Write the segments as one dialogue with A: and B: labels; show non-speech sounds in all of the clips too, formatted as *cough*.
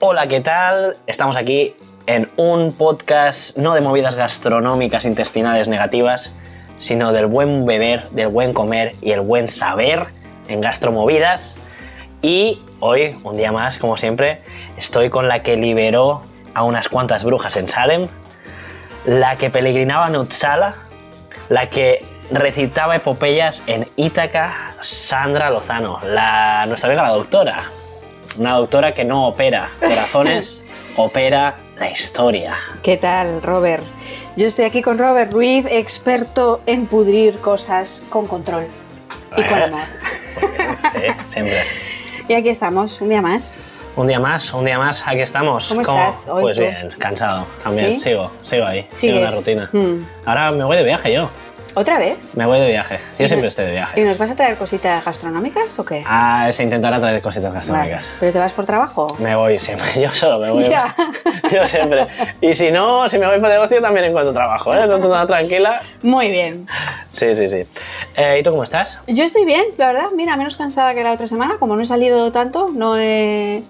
A: Hola, ¿qué tal? Estamos aquí en un podcast no de movidas gastronómicas intestinales negativas, sino del buen beber, del buen comer y el buen saber en gastromovidas. Y hoy, un día más, como siempre, estoy con la que liberó a unas cuantas brujas en Salem, la que peregrinaba en Uppsala, la que recitaba epopeyas en Ítaca, Sandra Lozano, la, nuestra amiga la doctora. Una doctora que no opera
B: *laughs*
A: corazones, opera la historia.
B: ¿Qué tal, Robert? Yo estoy aquí con Robert Ruiz, experto en pudrir cosas con control y
A: *laughs*
B: con amor.
A: Sí, siempre.
B: Y aquí estamos, un día más.
A: Un día más, un día más, aquí estamos.
B: ¿Cómo estás hoy
A: Pues
B: tú?
A: bien, cansado también.
B: ¿Sí?
A: Sigo, sigo ahí, sigo en la
B: Sigues.
A: rutina.
B: Mm.
A: Ahora me voy de viaje yo.
B: ¿Otra vez?
A: Me voy de viaje. Yo
B: Y
A: siempre
B: no-
A: estoy de
B: ¿Y
A: viaje.
B: nos vas a traer cositas gastronómicas o qué?
A: Ah, se intentará traer cositas
B: Vale.
A: gastronómicas.
B: ¿Pero te vas por trabajo?
A: Me voy siempre, *laughs* yo solo me voy.
B: Ya.
A: *laughs* Yo siempre. Y si no, si me voy por negocio también encuentro trabajo, ¿eh? No tú nada tranquila.
B: Muy bien.
A: Sí, sí, sí. Eh, ¿Y tú cómo estás?
B: Yo estoy bien, la verdad. Mira, menos cansada que la otra semana. Como no he salido tanto, no he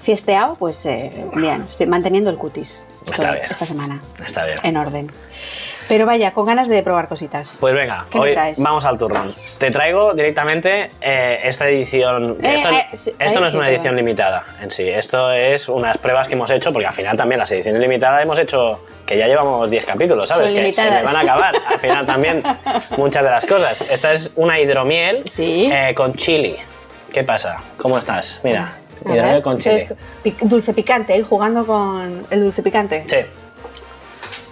B: fiesteado, pues eh, bien, estoy manteniendo el cutis
A: Está
B: todo-
A: bien.
B: esta semana
A: Está bien.
B: en orden. Pero vaya, con ganas de probar cositas.
A: Pues venga,
B: ¿Qué me
A: hoy
B: traes?
A: vamos al turno. Te traigo directamente eh, esta edición. que
B: Eh,
A: esto
B: eh, sí,
A: esto
B: ahí
A: no es
B: sí,
A: una
B: pero-
A: edición limitada en sí. Esto es unas pruebas que hemos hecho, porque al final también las ediciones limitadas hemos hecho que ya llevamos 10 capítulos, ¿sabes?
B: Son
A: que se me
B: limitadas.
A: van a
B: *laughs*
A: acabar al final también muchas de las cosas. Esta es una hidromiel
B: Sí.
A: eh, con chili. ¿Qué pasa? ¿Cómo estás? Mira,
B: A
A: hidromiel
B: ver,
A: con chili.
B: entonces, pic- dulce picante, ir jugando con el dulce picante.
A: Sí.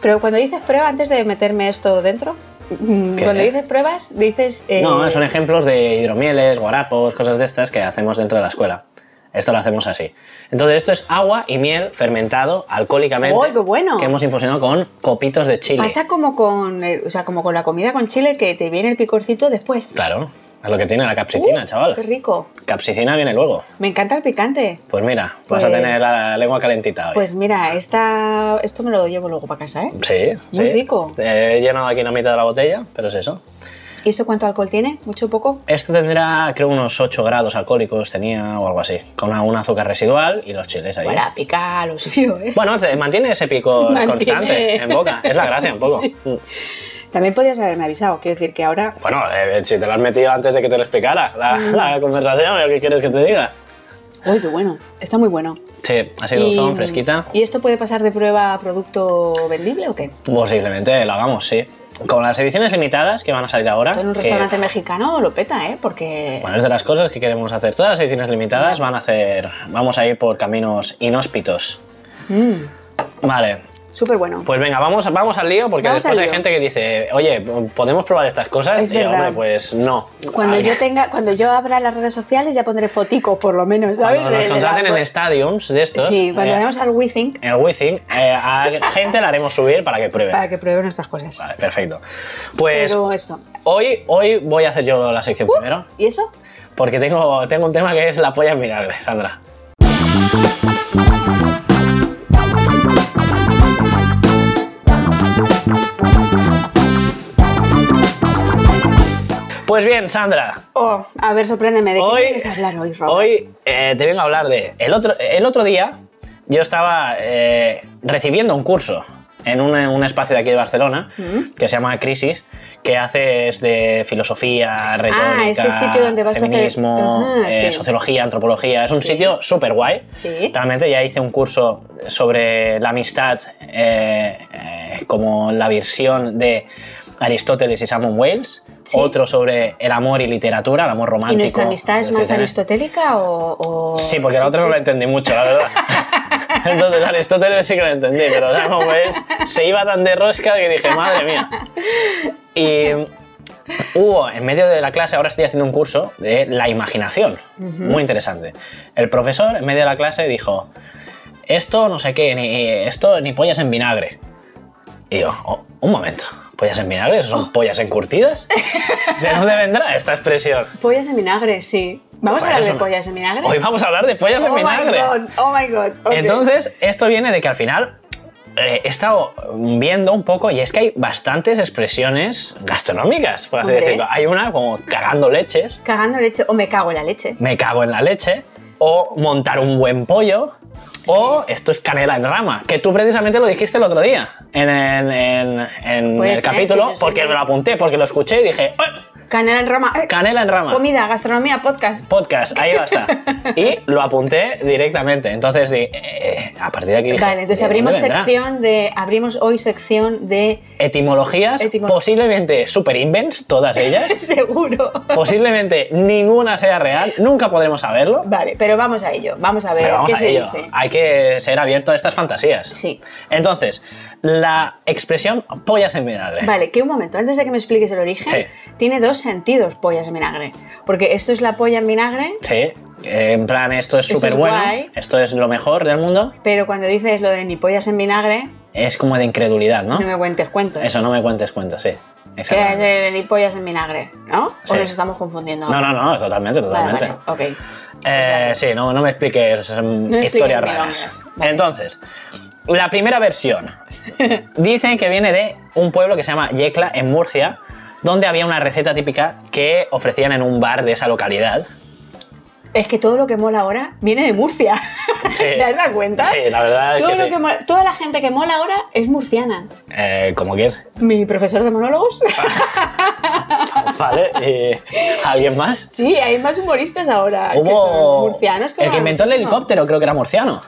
B: Pero cuando dices prueba, antes de meterme esto dentro, mm,
A: ¿Qué?
B: cuando dices pruebas, dices... eh,
A: No, son ejemplos de hidromieles, guarapos, cosas de estas que hacemos dentro de la escuela. Esto lo hacemos así. Entonces, esto es agua y miel fermentado alcohólicamente.
B: ¡Oh, qué bueno!
A: Que hemos infusionado con copitos de chile.
B: Pasa como con, el- o sea, como con la comida con chile, que te viene el picorcito después.
A: Claro, es lo que tiene la capsicina,
B: Uh,
A: chaval.
B: ¡Qué rico!
A: Capsicina viene luego.
B: Me encanta el picante.
A: Pues mira, vas
B: Pues-
A: a tener la lengua calentita hoy.
B: Pues mira, esta, esto me lo llevo luego para casa, ¿eh?
A: sí,
B: muy
A: sí.
B: rico.
A: He llenado aquí la mitad de la botella, pero es eso.
B: ¿Y esto cuánto alcohol tiene? ¿Mucho o poco?
A: Esto tendrá, creo, unos 8 grados alcohólicos, tenía o algo así. Con un azúcar residual y los chiles ahí.
B: Para picar lo suyo, ¿eh?
A: Bueno, se mantiene ese pico
B: *laughs* Mantiene.
A: constante en boca. Es la gracia un poco. Mm.
B: También podías haberme avisado, quiero decir que ahora...
A: Bueno, eh, si te lo has metido antes de que te lo explicara la, la conversación, ¿qué quieres que te diga?
B: ¡Uy, qué bueno! Está muy bueno.
A: Sí, así dulzón, fresquita.
B: ¿Y esto puede pasar de prueba a producto vendible o qué?
A: Posiblemente lo hagamos, sí. Con las ediciones limitadas que van a salir ahora.
B: Esto en un
A: que,
B: restaurante mexicano lo peta, ¿eh? Porque...
A: Ah, eh, Bueno, es de las cosas que queremos hacer. Todas las ediciones limitadas van a hacer. Vamos a ir por caminos inhóspitos.
B: Mm.
A: Vale,
B: Súper bueno.
A: Pues venga, vamos, vamos al lío, porque
B: Vamos
A: después
B: al
A: hay
B: lío.
A: gente que dice, oye, ¿podemos probar estas cosas?
B: Es
A: y
B: verdad.
A: hombre, pues no.
B: Cuando
A: Ay,
B: yo tenga, cuando yo abra las redes sociales ya pondré foticos, por lo menos, ¿sabes?
A: Cuando nos
B: De- de
A: contraten
B: la- pues,
A: en stadiums de estos.
B: Sí, cuando
A: eh,
B: vayamos al WeThink
A: El Withing, eh, a gente la haremos subir para que pruebe.
B: para que pruebe nuestras cosas.
A: Eh, Vale, perfecto. Pues
B: Pero Uh. esto.
A: hoy, hoy voy a hacer yo la sección primero,
B: ¿Y eso?
A: porque tengo, tengo un tema que es la polla en vinagre, Sandra. Pues bien, Sandra,
B: Oh, a ver, sorpréndeme, ¿de
A: Hoy-
B: qué quieres hablar hoy, Rob?
A: Hoy eh, te vengo a hablar de. El otro, el otro día yo estaba eh, recibiendo un curso en un, un espacio de aquí de Barcelona
B: Mm.
A: que se llama Crisis, que haces de filosofía, retórica,
B: este sitio donde vas tú a hacer-
A: feminismo,
B: Ajá,
A: eh,
B: sí.
A: sociología, antropología. Es un
B: Sí.
A: sitio súper guay.
B: Sí.
A: Realmente ya hice un curso sobre la amistad eh, eh, como la versión de Aristóteles y Samuel Wales.
B: Sí.
A: Otro sobre el amor y literatura, el amor romántico.
B: ¿Y nuestra amistad es más
A: etcétera.
B: aristotélica o, o-
A: Sí, porque la otra no la entendí mucho, la
B: *laughs*
A: verdad. Entonces Aristóteles sí que lo entendí, pero Simon Wales se iba tan de rosca que dije, madre mía. Y hubo, en medio de la clase, ahora estoy haciendo un curso de la imaginación, muy interesante. El profesor, en medio de la clase, dijo, esto no sé qué, ni, esto ni pollas en vinagre. Y yo, "Oh, un momento, ¿pollas en vinagre? ¿Eso son
B: Oh.
A: pollas encurtidas? ¿De dónde vendrá esta expresión?
B: Pollas en vinagre, sí. Vamos a
A: Pollas
B: hablar de
A: en-
B: pollas en vinagre.
A: Hoy vamos a hablar de pollas en
B: oh
A: vinagre.
B: my god, oh my god. ok.
A: Entonces, esto viene de que al final eh, he estado viendo un poco y es que hay bastantes expresiones gastronómicas, por así
B: Hombre.
A: decirlo. Hay una como cagando leches,
B: Cagando leche, o me cago en la leche.
A: me cago en la leche, o montar un buen pollo, O esto es canela en rama, que tú precisamente lo dijiste el otro día en, en- en- en
B: Puede
A: el
B: ser,
A: capítulo,
B: puede ser.
A: porque me lo apunté, porque lo escuché y dije, "¡Eh!
B: Canal en rama. Eh,
A: canela en rama.
B: comida, gastronomía, podcast.
A: Podcast, ahí va a
B: *laughs*
A: estar. Y lo apunté directamente. Entonces, sí, eh, eh, a partir de aquí. dije,
B: Vale, entonces
A: "¿De
B: abrimos
A: dónde vendrá?".
B: sección de. Abrimos hoy sección de. *laughs*
A: Etimologías,
B: Etimo-
A: posiblemente super invents, todas ellas.
B: *laughs* Seguro.
A: posiblemente ninguna sea real, nunca podremos saberlo.
B: Vale, pero vamos a ello. Vamos a ver
A: Pero vamos
B: qué
A: a
B: se
A: ello.
B: dice.
A: Hay que ser abierto a estas fantasías.
B: Sí.
A: Entonces, la expresión pollas en vinagre.
B: Vale, que un momento, antes de que me expliques el origen, tiene dos sentidos pollas en vinagre. Porque esto es la polla en vinagre,
A: Sí, eh, en plan, esto es
B: Eso es
A: súper bueno,
B: guay.
A: esto es lo mejor del mundo.
B: pero cuando dices lo de ni pollas en vinagre,
A: Es como de incredulidad, ¿no?
B: no me cuentes cuentos.
A: Eso no me cuentes cuentos, sí.
B: Que es
A: Exactamente.
B: el ni pollas en vinagre, ¿no?
A: Sí.
B: O nos estamos confundiendo.
A: No, no, no, totalmente,
B: Vale,
A: totalmente.
B: vale, ok.
A: Eh, sí, no, no me expliques mm,
B: me
A: historias
B: expliques
A: raras.
B: milongas. Vale.
A: Entonces, la primera
B: *laughs*
A: versión dicen que viene de un pueblo que se llama Yecla, en Murcia, donde había una receta típica que ofrecían en un bar de esa localidad.
B: Es que todo lo que mola ahora viene de Murcia. *laughs*
A: Sí.
B: ¿Te has dado cuenta?
A: Sí, la verdad es
B: Todo
A: que
B: lo
A: sí.
B: que mola- toda la gente que mola ahora es murciana.
A: Eh, como quieras.
B: Mi profesor de monólogos.
A: Ah. Vale, eh, ¿alguien más?
B: *laughs* sí, hay más humoristas ahora Ah, que
A: Hubo
B: son murcianos. que
A: el que
B: molan
A: inventó el
B: muchísimo.
A: helicóptero, creo que era murciano.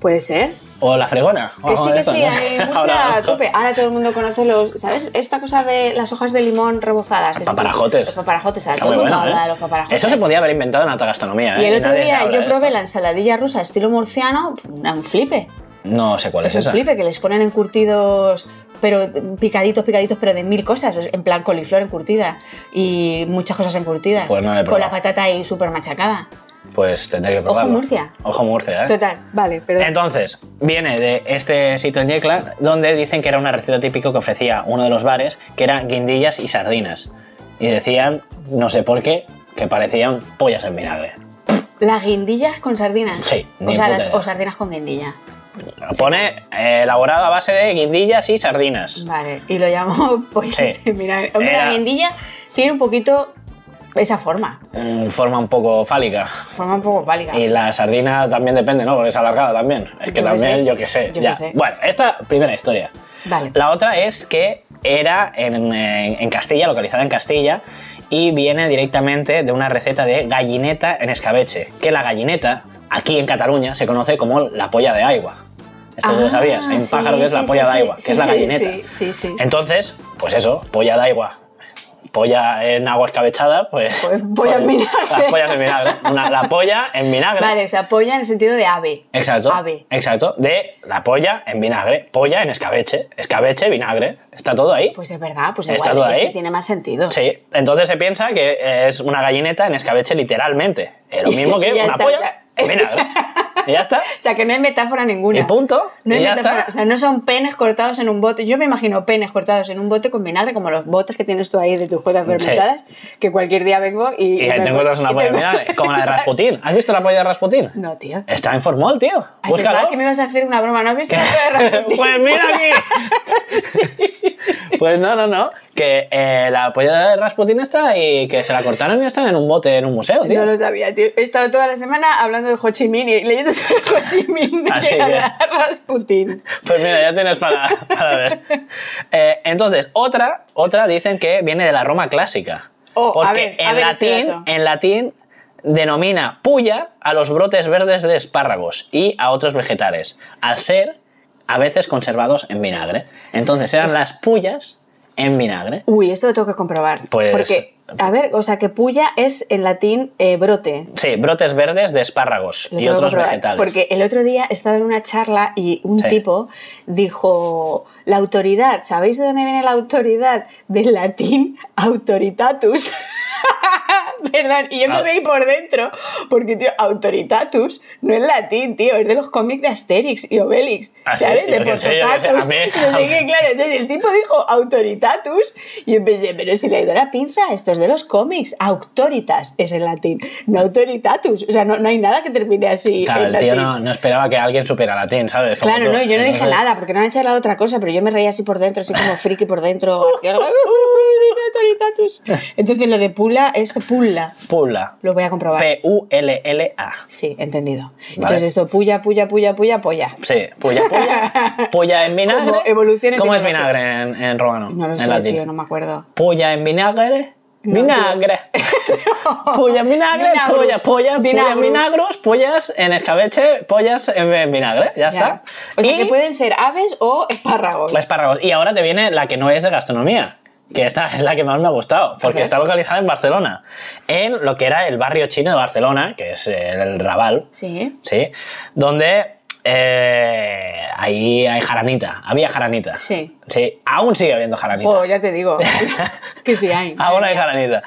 B: Puede ser.
A: O la fregona. o
B: Que
A: algo
B: sí,
A: de
B: que
A: eso,
B: sí,
A: ¿no? *laughs*
B: hay Murcia
A: Ahora-
B: a tope. Ahora todo el mundo conoce los. ¿Sabes? Esta cosa de las hojas de limón rebozadas. que se-
A: Paparajotes.
B: Los paparajotes. ahora
A: Está
B: todo el
A: muy
B: mundo
A: bueno,
B: habla
A: ¿eh?
B: de los paparajotes.
A: Eso se podía haber inventado en alta gastronomía.
B: Y
A: ¿eh?
B: el otro
A: nadie se
B: día
A: habla
B: yo
A: de
B: probé
A: esto.
B: la ensaladilla rusa estilo murciano, un flipe.
A: No sé cuál es,
B: Es un
A: esa.
B: flipe que les ponen encurtidos, pero picaditos, picaditos, pero de mil cosas. o sea, En plan coliflor encurtida y muchas cosas encurtidas.
A: Pues no la he
B: con la
A: probado.
B: patata ahí súper machacada.
A: Pues tendré que probarlo.
B: Murcia.
A: Ojo Murcia, ¿eh?
B: Total, vale, pero.
A: Entonces, viene de este sitio en Yecla, donde dicen que era una receta típica que ofrecía uno de los bares, que era guindillas y sardinas. Y decían, no sé por qué, que parecían pollas en vinagre.
B: Las guindillas con sardinas.
A: Sí,
B: O
A: ni
B: sea,
A: puta
B: las-
A: idea.
B: o sardinas con guindilla.
A: Pone eh, elaborado a base de guindillas y sardinas.
B: Vale, y lo llamo *laughs* pollas
A: Sí.
B: en vinagre. Hombre,
A: Era-
B: la guindilla tiene un poquito esa forma,
A: Mm, Forma un poco fálica.
B: forma un poco válida.
A: Y la sardina también depende, ¿no? Porque es alargada también. Es que
B: Yo qué
A: también,
B: sé.
A: yo qué sé.
B: Yo qué
A: ya.
B: sé.
A: Bueno, esta primera historia.
B: Vale.
A: La otra es que era en, eh, en Castilla, localizada en Castilla, y viene directamente de una receta de gallineta en escabeche, que la gallineta aquí en Cataluña se conoce como la polla de agua. Esto tú lo
B: Ah,
A: sabías, hay un
B: sí,
A: pájaro que es la
B: sí,
A: polla
B: sí,
A: de agua,
B: sí,
A: que es la
B: sí,
A: gallineta.
B: Sí, sí, sí.
A: Entonces, pues eso, polla de agua. Polla en agua escabechada, pues.
B: Pues polla en vinagre.
A: Las pollas en vinagre. Una- la polla en vinagre.
B: *laughs* Vale, se apoya en el sentido de ave.
A: Exacto.
B: Ave.
A: Exacto. De la polla en vinagre, polla en escabeche, escabeche, vinagre. Está todo ahí.
B: Pues es verdad, pues
A: ¿Está
B: igual
A: todo
B: es que
A: ahí?
B: tiene más sentido.
A: Sí, entonces se piensa que es una gallineta en escabeche literalmente. Es
B: *laughs*
A: lo mismo que
B: Ya
A: una
B: está,
A: polla
B: ya.
A: en vinagre. Y ya está.
B: O sea, que no hay metáfora ninguna.
A: Y punto.
B: No
A: y
B: hay
A: ya
B: metáfora.
A: está.
B: O sea, no son penes cortados en un bote. Yo me imagino penes cortados en un bote con vinagre, como los botes que tienes tú ahí de tus cosas fermentadas, que cualquier día vengo *laughs* y.
A: y ahí
B: me-
A: te encuentras una
B: y
A: polla en
B: te-
A: vinagre, como la de Rasputín. ¿Has visto la polla de Rasputín?
B: *laughs* No, tío.
A: Está en formol, tío.
B: Ay,
A: Búscalo.
B: pensaba que me ibas a hacer una broma, ¿no
A: *laughs*
B: has visto?
A: pues mira aquí.
B: *laughs*
A: Pues no, no, no. Que eh, la polla de Rasputín está y que se la cortaron y están en un bote en un museo, tío.
B: No lo sabía, tío. He estado toda la semana hablando de Ho Chi Minh y leyendo sobre Ho Chi Minh y
A: Así que-
B: Rasputin.
A: Pues mira, ya tienes para, para ver. Eh, entonces, otra, otra dicen que viene de la Roma clásica.
B: Oh,
A: porque
B: a ver,
A: en,
B: a ver este
A: latín,
B: dato.
A: en latín denomina puya a los brotes verdes de espárragos y a otros vegetales, al ser a veces conservados en vinagre. Entonces eran las pullas en vinagre.
B: Uy, esto lo tengo que comprobar.
A: Pues-
B: Porque, a ver, o sea, que puya es en latín eh, brote.
A: Sí, brotes verdes de espárragos
B: Lo
A: y
B: tengo que
A: otros
B: comprobar,
A: vegetales.
B: Porque el otro día estaba en una charla y un
A: Sí.
B: tipo dijo, la autoridad, ¿sabéis de dónde viene la autoridad? Del latín autoritatus. *laughs* Perdón, y yo me
A: Ah.
B: reí por dentro, porque, tío, autoritatus no es latín, tío, es de los cómics de Asterix y Obelix,
A: Ah, sí,
B: ¿sabes?
A: yo
B: De
A: qué sé, yo qué sé,
B: *laughs* Portotatus.
A: a mí-
B: No sé qué, claro, entonces el tipo dijo autoritatus y yo pensé, pero si le ha ido la pinza, esto es de los cómics, autoritas es en latín, no autoritatus, o sea, no, no hay nada que termine así
A: Claro,
B: en
A: el
B: latín.
A: tío no, no esperaba que alguien supiera latín, ¿sabes? Como
B: Claro,
A: tú.
B: no, yo no dije
A: Entonces- *laughs*
B: nada, porque no han echado la otra cosa, pero yo me reía así por dentro, así como friki por dentro. autoritatus. Entonces lo de pula es pulla.
A: Pulla.
B: Lo voy a comprobar.
A: P-U-L-L-A.
B: Sí, entendido.
A: Vale.
B: Entonces esto puya, puya, puya, puya, polla.
A: Sí, pulla, pulla.
B: *laughs*
A: Pulla en vinagre.
B: Como evolución
A: ¿Cómo es
B: etimológica.
A: vinagre en, en romano?
B: No lo
A: en
B: sé,
A: latín.
B: tío, no me acuerdo.
A: Polla en vinagre.
B: No,
A: Vinagre. *laughs* Polla en vinagre,
B: Vinagrus.
A: polla, polla, polla en
B: Vinagrus.
A: vinagros, pollas en escabeche, pollas en, en vinagre. Ya, está.
B: O sea,
A: Y Pues-
B: que pueden ser aves o espárragos.
A: espárragos. Y ahora te viene la que no es de gastronomía, que esta es la que más me ha gustado, porque
B: ver.
A: está localizada en Barcelona, en lo que era el barrio chino de Barcelona, que es el Raval,
B: Sí.
A: ¿sí? Donde eh, ahí hay jaranita, había jaranita.
B: Sí.
A: Sí, aún sigue habiendo jaranita.
B: Joder, Oh, ya
A: *laughs*
B: te digo. que sí hay.
A: Aún hay jaranita.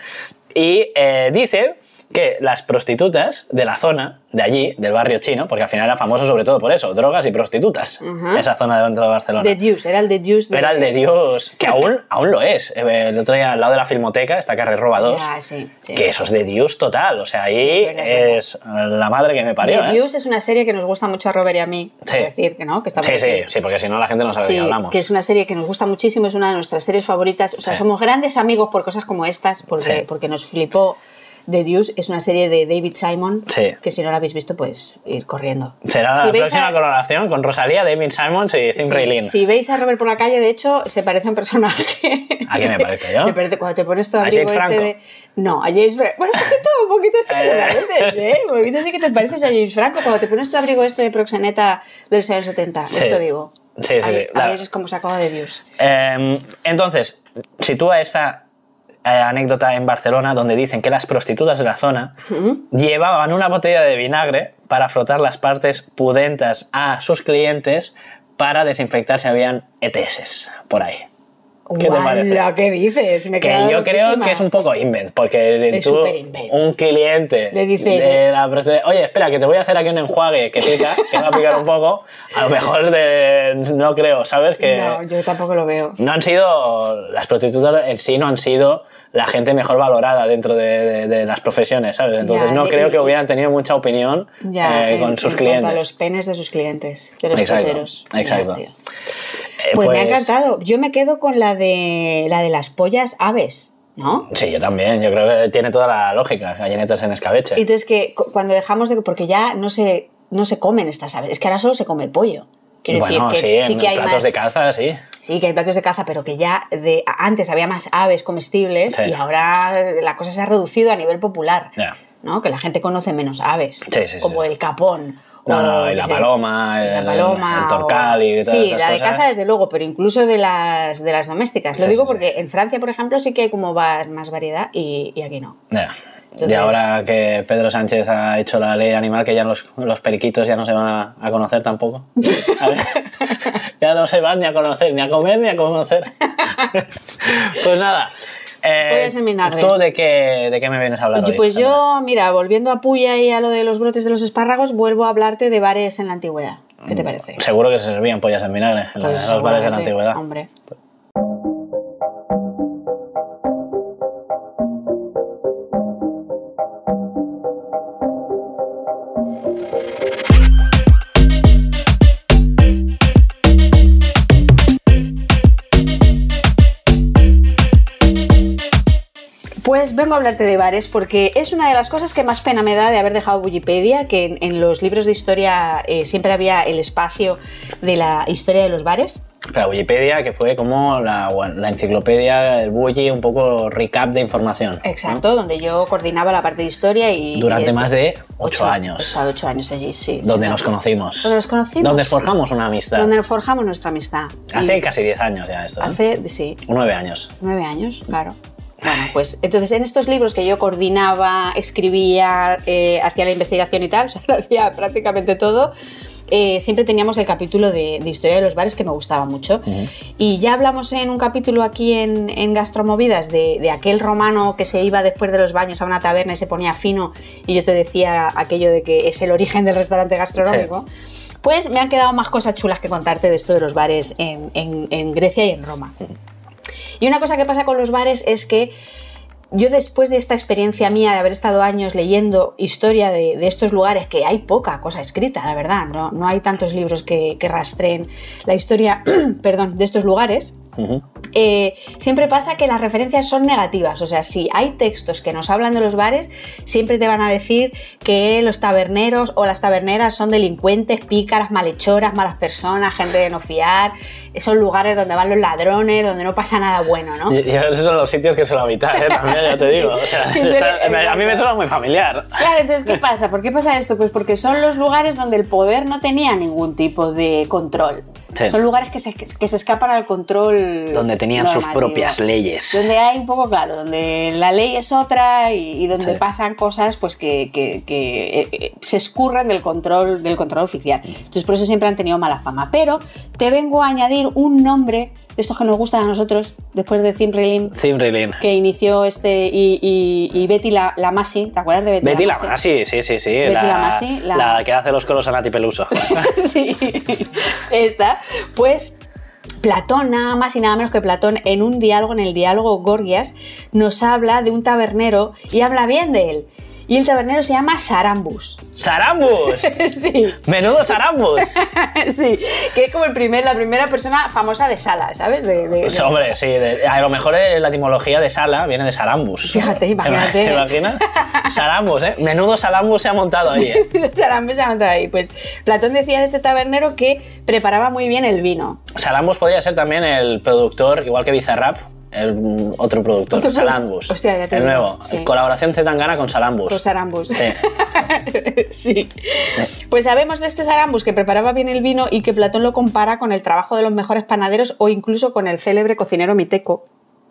A: Y eh, dicen que las prostitutas de la zona, de allí, del barrio chino, porque al final era famoso sobre todo por eso, drogas y prostitutas,
B: Ujú.
A: esa zona dentro de Barcelona.
B: The Deuce, era el The Deuce. de-
A: Era el de Dios,
B: *laughs*
A: que aún, aún lo es. Eh, El otro día, al lado de la filmoteca, está Carrer Roba 2,
B: Ah, sí. sí.
A: que eso es de Dios total. O sea, ahí
B: Sí, es verdad,
A: es la madre que me
B: The
A: parió. ¿eh?
B: Deuce es una serie que nos gusta mucho a Robert y a mí.
A: Sí.
B: Es decir, que no, que estamos
A: Sí, sí,
B: aquí.
A: sí, porque si no la gente no sabe de
B: Sí,
A: qué hablamos.
B: que es una serie que nos gusta muchísimo, es una de nuestras series favoritas. O sea,
A: Sí.
B: somos grandes amigos por cosas como estas, porque,
A: Sí.
B: porque nos flipó. The Deuce es una serie de David Simon,
A: Sí.
B: que si no la habéis visto, pues ir corriendo.
A: Será
B: Si
A: la
B: veis
A: próxima
B: a-
A: colaboración con Rosalía, David Simons y Zim
B: Sí,
A: Reilín.
B: Si veis a Robert por la calle, de hecho, se parece a un personaje.
A: *laughs* ¿A quién me parezco yo?
B: Me parece, cuando te pones tu
A: ¿A
B: abrigo
A: James
B: este de... No, a James Franco. Bueno, un poquito, un poquito sí que
A: *laughs*
B: te
A: Eh.
B: pareces, ¿eh? Un poquito sí que te pareces a James Franco. Cuando te pones tu abrigo este de proxeneta de los años 70,
A: Sí.
B: esto digo.
A: Sí, sí,
B: Ay,
A: sí,
B: A
A: la-
B: ver, es como sacado de Dios.
A: Eh, entonces, sitúa esta eh, anécdota en Barcelona donde dicen que las prostitutas de la zona llevaban una botella de vinagre para frotar las partes pudentas a sus clientes para desinfectar si habían ETS por ahí. ¿Qué te parece?
B: ¡Guala! ¿Qué dices? Me he
A: Que
B: quedado
A: yo creo
B: loquísima.
A: que es un poco invent, porque
B: Es
A: tú,
B: superinvent.
A: un cliente
B: Le dices,
A: de la prostituta, oye, espera, que te voy a hacer aquí un enjuague que pica, que va a picar un poco, a lo mejor de- no creo, ¿sabes? Que,
B: No, yo tampoco lo veo.
A: no han sido, las prostitutas en sí no han sido la gente mejor valorada dentro de, de- de las profesiones, ¿sabes? Entonces
B: Ya,
A: no
B: de-
A: creo que
B: y-
A: hubieran tenido mucha opinión
B: Ya,
A: eh,
B: en-
A: con sus
B: en cuanto
A: clientes.
B: a los penes de sus clientes, de los
A: Exacto,
B: puteros. Ya,
A: exacto.
B: tío.
A: Eh,
B: Pues, me ha encantado. Yo me quedo con la de la de las pollas aves, ¿no?
A: Sí, yo también, yo creo que tiene toda la lógica, gallinetas en escabeche.
B: Entonces que cu- cuando dejamos de porque ya no se no se comen estas aves, es que ahora solo se come pollo. Quiero
A: bueno,
B: decir
A: sí,
B: que sí
A: en
B: que hay
A: platos
B: más,
A: de caza, sí.
B: sí que hay platos de caza, pero que ya de antes había más aves comestibles
A: Sí.
B: y ahora la cosa se ha reducido a nivel popular,
A: Ya.
B: ¿no? Que la gente conoce menos aves,
A: Sí, sí,
B: como
A: sí.
B: el capón.
A: No,
B: o,
A: no, y
B: qué
A: la
B: sé,
A: paloma, el,
B: la paloma,
A: el torcal
B: o-
A: y todas
B: Sí,
A: esas
B: la de
A: cosas.
B: caza desde luego, pero incluso de las, de las domésticas. Lo
A: Sí,
B: digo
A: sí, sí.
B: porque en Francia, por ejemplo, sí que hay como va- más variedad y, y aquí no.
A: Ya. y
B: Entonces-
A: ahora que Pedro Sánchez ha hecho la ley animal, que ya los, los periquitos ya no se van a, a conocer
B: *laughs*
A: tampoco. A ver, *laughs* ya no se van ni a conocer, ni a comer, ni a conocer. *laughs* pues nada. eh,
B: Pollas en vinagre.
A: ¿Tú de qué, de qué me vienes a hablar? hoy,
B: Pues
A: Sandra?
B: yo, mira, volviendo a Puya y a lo de los brotes de los espárragos, vuelvo a hablarte de bares en la antigüedad. ¿Qué te parece?
A: Seguro que se servían pollas en vinagre Mm, en
B: Pues
A: los- los bares de la
B: seguramente,
A: antigüedad.
B: Hombre. Pues vengo a hablarte de bares porque es una de las cosas que más pena me da de haber dejado Wikipedia, que en, en los libros de historia eh, siempre había el espacio de la historia de los bares.
A: La Wikipedia, que fue como la, la enciclopedia, el bully, un poco recap de información. ¿no?
B: Exacto, donde yo coordinaba la parte de historia y...
A: Durante
B: y es-
A: más de ocho años.
B: He estado ocho años allí, sí.
A: donde
B: sí,
A: nos
B: claro.
A: conocimos.
B: Donde nos conocimos.
A: Donde forjamos una amistad.
B: Donde forjamos nuestra amistad.
A: Hace
B: Y
A: casi 10 años ya esto. ¿eh?
B: Hace, sí,
A: Nueve años.
B: nueve años, claro. Bueno, pues entonces en estos libros que yo coordinaba, escribía, eh, hacía la investigación y tal, *laughs* o sea, lo hacía prácticamente todo, eh, siempre teníamos el capítulo de, de historia de los bares que me gustaba mucho. Y ya hablamos en un capítulo aquí en, en Gastromovidas de, de aquel romano que se iba después de los baños a una taberna y se ponía fino y yo te decía aquello de que es el origen del restaurante gastronómico. Pues me han quedado más cosas chulas que contarte de esto de los bares en, en- en Grecia y en Roma. Y una cosa que pasa con los bares es que yo después de esta experiencia mía de haber estado años leyendo historia de, de estos lugares, que hay poca cosa escrita, la verdad, no, no hay tantos libros que, que rastreen la historia *clears throat* perdón, de estos lugares,
A: Ujú.
B: eh, siempre pasa que las referencias son negativas. O sea, si hay textos que nos hablan de los bares, siempre te van a decir que los taberneros o las taberneras son delincuentes, pícaras, malhechoras, malas personas, gente de no fiar. Son lugares donde van los ladrones, donde no pasa nada bueno, ¿no?
A: Y- y esos son los sitios que suelo habitar, ¿eh? también, ya te digo. O sea,
B: *laughs* Sí, sí,
A: está- a mí me
B: exacto.
A: suena muy familiar.
B: Claro, entonces, ¿qué pasa? ¿Por qué pasa esto? Pues porque son los lugares donde el poder no tenía ningún tipo de control.
A: Sí.
B: Son lugares que se, que se escapan al control.
A: Donde tenían sus
B: normativo.
A: propias leyes.
B: Donde hay un poco, claro, donde la ley es otra y, y donde
A: Sí.
B: pasan cosas pues que, que- que, eh, eh, se escurren del control, del control oficial. Entonces, por eso siempre han tenido mala fama. Pero te vengo a añadir un nombre de estos que nos gustan a nosotros, después de Cimrilin,
A: Cimrilín.
B: que inició este y, y- y Betty la, la Masi, ¿te acuerdas de Betty,
A: Betty la
B: Masi?
A: Masi, sí, sí, sí.
B: Betty
A: la,
B: la Masi, la-
A: la que hace los coros a Nati
B: *laughs*
A: Peluso.
B: sí, esta, pues Platón, nada más y nada menos que Platón, en un diálogo, en el diálogo Gorgias, nos habla de un tabernero y habla bien de él. Y el tabernero se llama Sarambus. *laughs*
A: ¡Sarambus!
B: Sí, *laughs*
A: ¡Menudo Sarambus!
B: sí, que es como el primer, la primera persona famosa de Sala, ¿sabes? De, de- de-
A: Pues, hombre, sí. de- a lo mejor eh, la etimología de sala viene de Sarambus.
B: Fíjate,
A: ¿Te
B: imagínate.
A: ima- ¿Te imaginas? Sarambus, ¿eh? Menudo Sarambus se ha montado ahí,
B: *laughs*
A: ¿eh?
B: Sarambus se llama ahí. Pues Platón decía de este tabernero que preparaba muy bien el vino.
A: Sarambus podría ser también el productor, igual que Bizarrap, el mm, otro productor,
B: Otro sal-
A: Salambus.
B: Hostia, ya te
A: El
B: digo,
A: nuevo.
B: sí.
A: Colaboración Zetangana con Salambus.
B: Con Sarambus.
A: Pues Sí.
B: *laughs* sí. Pues sabemos de este Sarambus que preparaba bien el vino y que Platón lo compara con el trabajo de los mejores panaderos o incluso con el célebre cocinero Miteco.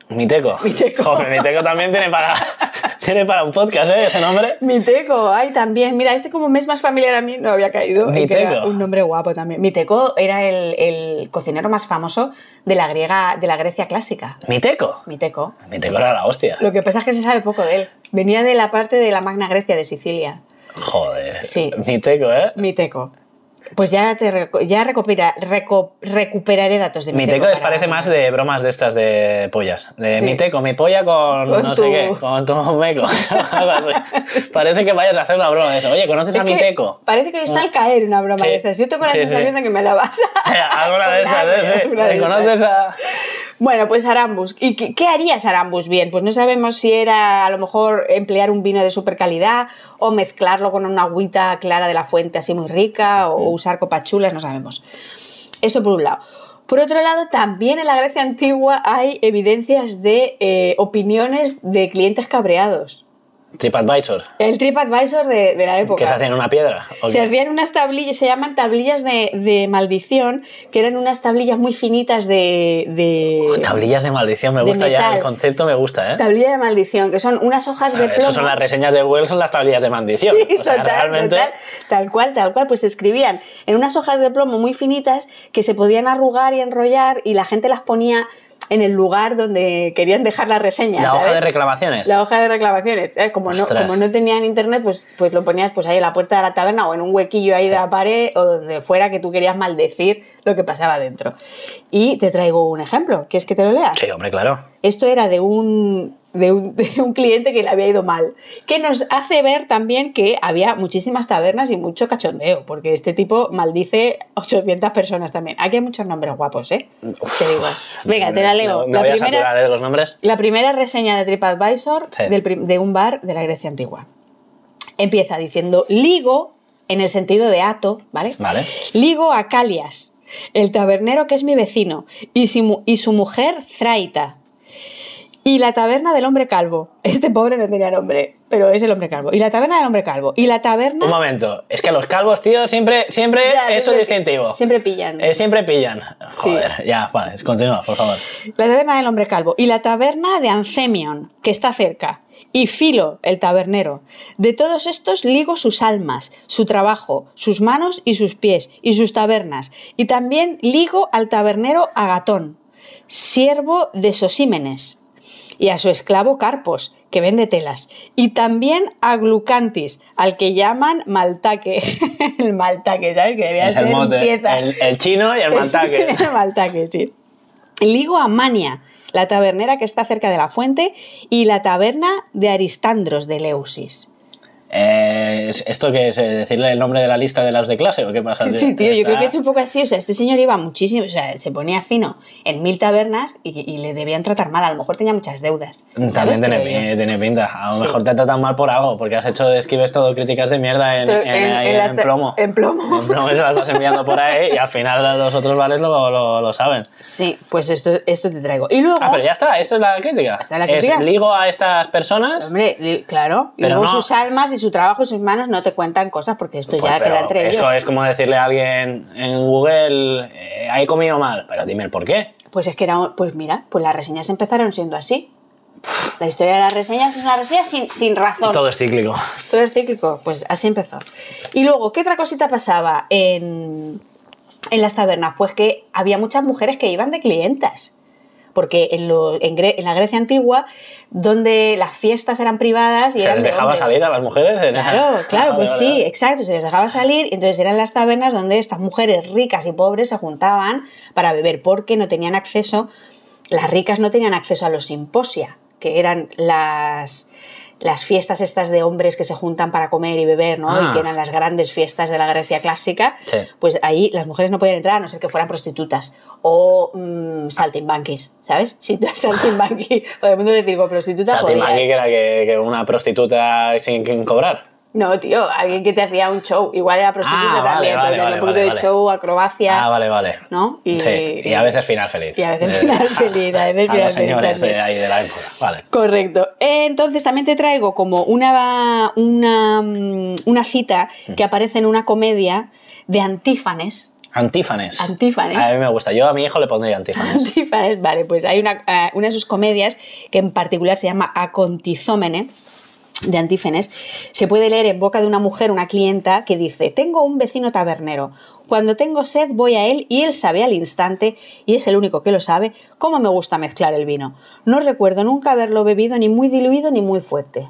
A: Miteco.
B: *laughs* Miteco.
A: Joder, Miteco también tiene para, *laughs* tiene para un podcast, ¿eh? Ese nombre.
B: Miteco, ay, también. Mira, este como me es más familiar a mí, no había caído. en que era
A: Miteco.
B: un nombre guapo también. Miteco era el, el cocinero más famoso de la, griega, de la Grecia clásica.
A: Miteco.
B: Miteco.
A: Miteco era la hostia.
B: Lo que pasa es que se sabe poco de él. Venía de la parte de la Magna Grecia, de Sicilia.
A: Joder.
B: Sí.
A: Miteco, ¿eh?
B: Miteco. Pues ya, te reco- ya recopila- reco- recuperaré datos de Miteco.
A: Miteco les
B: para-
A: parece más de bromas de estas de pollas. De
B: Sí.
A: Miteco, mi polla con,
B: Con
A: no
B: tu-
A: sé qué, con tu meco. *laughs* Algo así. parece que vayas a hacer una broma de eso. Oye, ¿conoces a
B: Es que
A: Miteco?
B: *laughs* Parece que está al caer una broma
A: Sí.
B: de estas. Yo tengo la
A: Sí, sí.
B: sensación de que me la vas a...
A: *laughs*
B: *laughs*
A: Alguna de esas, ¿eh? Sí.
B: Alguna de
A: ¿Me
B: esas.
A: conoces a...?
B: Bueno, pues Arambus. ¿Y qué, qué haría Arambus bien? Pues no sabemos si era a lo mejor emplear un vino de super calidad o mezclarlo con una agüita clara de la fuente así muy rica o usar copachulas, no sabemos. Esto por un lado. Por otro lado, también en la Grecia antigua hay evidencias de eh, opiniones de clientes cabreados.
A: TripAdvisor,
B: El TripAdvisor de, de la época.
A: que se hace en una piedra. ¿o
B: Se
A: qué?
B: hacían unas tablillas, se llaman tablillas de, de maldición, que eran unas tablillas muy finitas de, de-
A: Tablillas de maldición, me
B: de
A: gusta ya,
B: metal.
A: el concepto me gusta, ¿eh?
B: tablilla de maldición, que son unas hojas de
A: Ah, Esas
B: plomo. *laughs*
A: son las reseñas de Google, son las tablillas de maldición.
B: Sí,
A: o sea,
B: total,
A: realmente...
B: total. tal cual, tal cual, pues se escribían en unas hojas de plomo muy finitas que se podían arrugar y enrollar y la gente las ponía en el lugar donde querían dejar la reseña.
A: La
B: ¿sabes?
A: hoja de reclamaciones.
B: La hoja de reclamaciones. ¿sabes? Como, no,
A: Ostras.
B: como no tenían internet, pues, pues lo ponías pues ahí en la puerta de la taberna o en un huequillo ahí de la pared o donde fuera que tú querías maldecir lo que pasaba dentro. Y te traigo un ejemplo. ¿Quieres que te lo lea?
A: Sí, hombre, claro.
B: Esto era de un, de, un, *laughs* de un cliente que le había ido mal, que nos hace ver también que había muchísimas tabernas y mucho cachondeo, porque este tipo maldice 800 personas también. Aquí hay muchos nombres guapos, ¿eh? te digo. Venga, te la leo.
A: No, me
B: la
A: voy a
B: primera...
A: saturar, ¿eh? de los nombres.
B: La primera reseña de TripAdvisor
A: Sí.
B: del prim- de un bar de la Grecia antigua. Empieza diciendo ligo en el sentido de ato, ¿vale?
A: Vale.
B: Ligo a Calias, el tabernero que es mi vecino, y, si mu- y su mujer Zraita. Y la taberna del hombre calvo. Este pobre no tenía nombre, pero es el hombre calvo. Y la taberna del hombre calvo. Y la taberna...
A: Un momento. Es que a los calvos, tío, siempre, siempre
B: Ya,
A: eso
B: siempre-
A: es distintivo.
B: Siempre pillan.
A: Eh, siempre pillan. Joder, ya, vale, continúa, por favor.
B: La taberna del hombre calvo y la taberna de Ancemion, que está cerca, y Filo, el tabernero. De todos estos ligo sus almas, su trabajo, sus manos y sus pies, y sus tabernas. Y también ligo al tabernero Agatón, siervo de Sosímenes, y a su esclavo Carpos, que vende telas. Y también a Glucantis, al que llaman Maltaque. *laughs* el Maltaque, ¿sabes? Que debía
A: Es el
B: ser un
A: mote.
B: pieza.
A: El, el chino y
B: *laughs*
A: el mantaque.
B: El Maltaque, sí. Ligo a Mania, la tabernera que está cerca de la fuente, y la taberna de Aristandros de Leusis.
A: Eh, ¿Esto qué es? eh, ¿Decirle el nombre de la lista de las de clase o qué pasa?
B: Sí, tío, yo creo que es
A: Ah.
B: un poco así. O sea, este señor iba muchísimo, o sea, se ponía fino en mil tabernas y, y le debían tratar mal. A lo mejor tenía muchas deudas. ¿sabes?
A: También tiene,
B: Creo yo.
A: pi- tiene pinta. A lo
B: Sí.
A: mejor te tratan mal por algo, porque has hecho, escribes todo críticas de mierda en,
B: Entonces,
A: en- ahí en
B: las te-
A: plomo.
B: En plomo.
A: En plomo se las vas enviando por ahí y al final los otros bares lo, lo- lo saben.
B: *laughs* Sí, pues esto, esto te traigo. Y luego,
A: Ah, pero ya está, esto es la crítica.
B: Esta es la crítica.
A: Es ligo a estas personas.
B: hombre, li- claro, y
A: Pero
B: luego
A: no.
B: sus almas y su trabajo y sus manos no te cuentan cosas porque esto
A: Pues,
B: ya
A: pero
B: queda entre ellos.
A: Esto es como decirle a alguien en Google, eh, he comido mal, pero dime el por qué.
B: Pues es que era, un- pues mira, pues las reseñas empezaron siendo así. La historia de las reseñas es una reseña sin, sin razón.
A: Todo es cíclico.
B: Todo es cíclico, pues así empezó. Y luego, ¿qué otra cosita pasaba en, en las tabernas? Pues que había muchas mujeres que iban de clientas. Porque en, lo- en Gre- en la Grecia antigua, donde las fiestas eran privadas y
A: O sea,
B: eran
A: ¿Les
B: de
A: dejaba
B: hombres.
A: salir a las mujeres? en esa-
B: Claro, claro,
A: Vale,
B: pues
A: vale,
B: sí,
A: vale.
B: exacto, se les dejaba salir, entonces eran las tabernas donde estas mujeres ricas y pobres se juntaban para beber porque no tenían acceso, las ricas no tenían acceso a los simposia, que eran las las fiestas estas de hombres que se juntan para comer y beber, ¿no?
A: Ah.
B: Y que eran las grandes fiestas de la Grecia clásica,
A: Sí.
B: pues ahí las mujeres no podían entrar a no ser que fueran prostitutas o mm, saltimbanquis, ¿sabes? Si tú eres *laughs* saltimbanqui, o el mundo le digo
A: O
B: prostituta,
A: sea, te imaginas
B: podías.
A: que era que, que una prostituta sin, sin cobrar.
B: No, tío, alguien que te hacía un show. Igual era prostituta
A: Ah, vale,
B: también,
A: vale,
B: pero tenía
A: vale,
B: un poquito
A: vale,
B: de
A: vale.
B: show, acrobacia,
A: Ah, vale, vale.
B: ¿no? Y,
A: sí, y a veces final feliz.
B: y a veces
A: Eh, *laughs*
B: final feliz, a veces final
A: los
B: feliz
A: señores de
B: también.
A: ahí de la época. Vale.
B: Correcto. Entonces también te traigo como una, una, mm, una cita que aparece en una comedia de Antífanes.
A: Antífanes.
B: Antífanes.
A: A mí me gusta. Yo a mi hijo le pondría antífanes.
B: Antífanes, vale, pues hay una, eh, una de sus comedias que en particular se llama Acontizómene de Antífanes, se puede leer en boca de una mujer, una clienta, que dice, tengo un vecino tabernero, cuando tengo sed voy a él y él sabe al instante, y es el único que lo sabe, cómo me gusta mezclar el vino. No recuerdo nunca haberlo bebido ni muy diluido ni muy fuerte.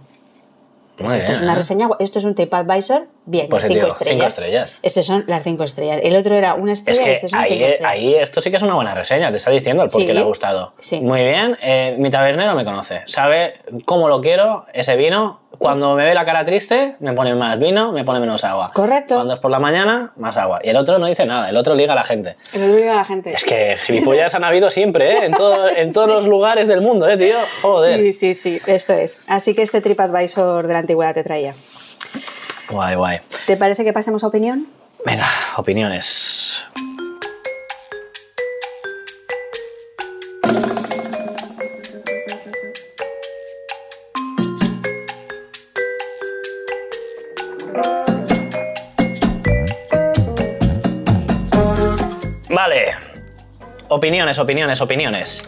B: Pues
A: Muy
B: Esto
A: bien,
B: es una
A: ¿eh?
B: reseña, esto es un TripAdvisor, bien,
A: Positivo,
B: cinco estrellas.
A: cinco estrellas.
B: Estas son las cinco estrellas. El otro era una
A: Es
B: estrella,
A: que
B: este es un
A: ahí,
B: cinco estrellas.
A: ahí esto sí que es una buena reseña, te está diciendo el por
B: Sí.
A: qué le ha gustado.
B: Sí.
A: Muy bien, eh, mi tabernero me conoce, sabe cómo lo quiero, ese vino. Cuando me ve la cara triste, me pone más vino, me pone menos agua.
B: Correcto.
A: Cuando es por la mañana, más agua. Y el otro no dice nada, el otro liga a la gente.
B: El otro era la gente.
A: Es que gilipollas han habido siempre, ¿eh? En, todo- en
B: *laughs*
A: todos los lugares del mundo, ¿eh, tío? Joder.
B: Sí, sí, sí, esto es. Así que este TripAdvisor de la antigüedad te traía.
A: Guay, guay.
B: ¿Te parece que pasemos a opinión?
A: Venga, opiniones. Vale. Opiniones, opiniones, opiniones.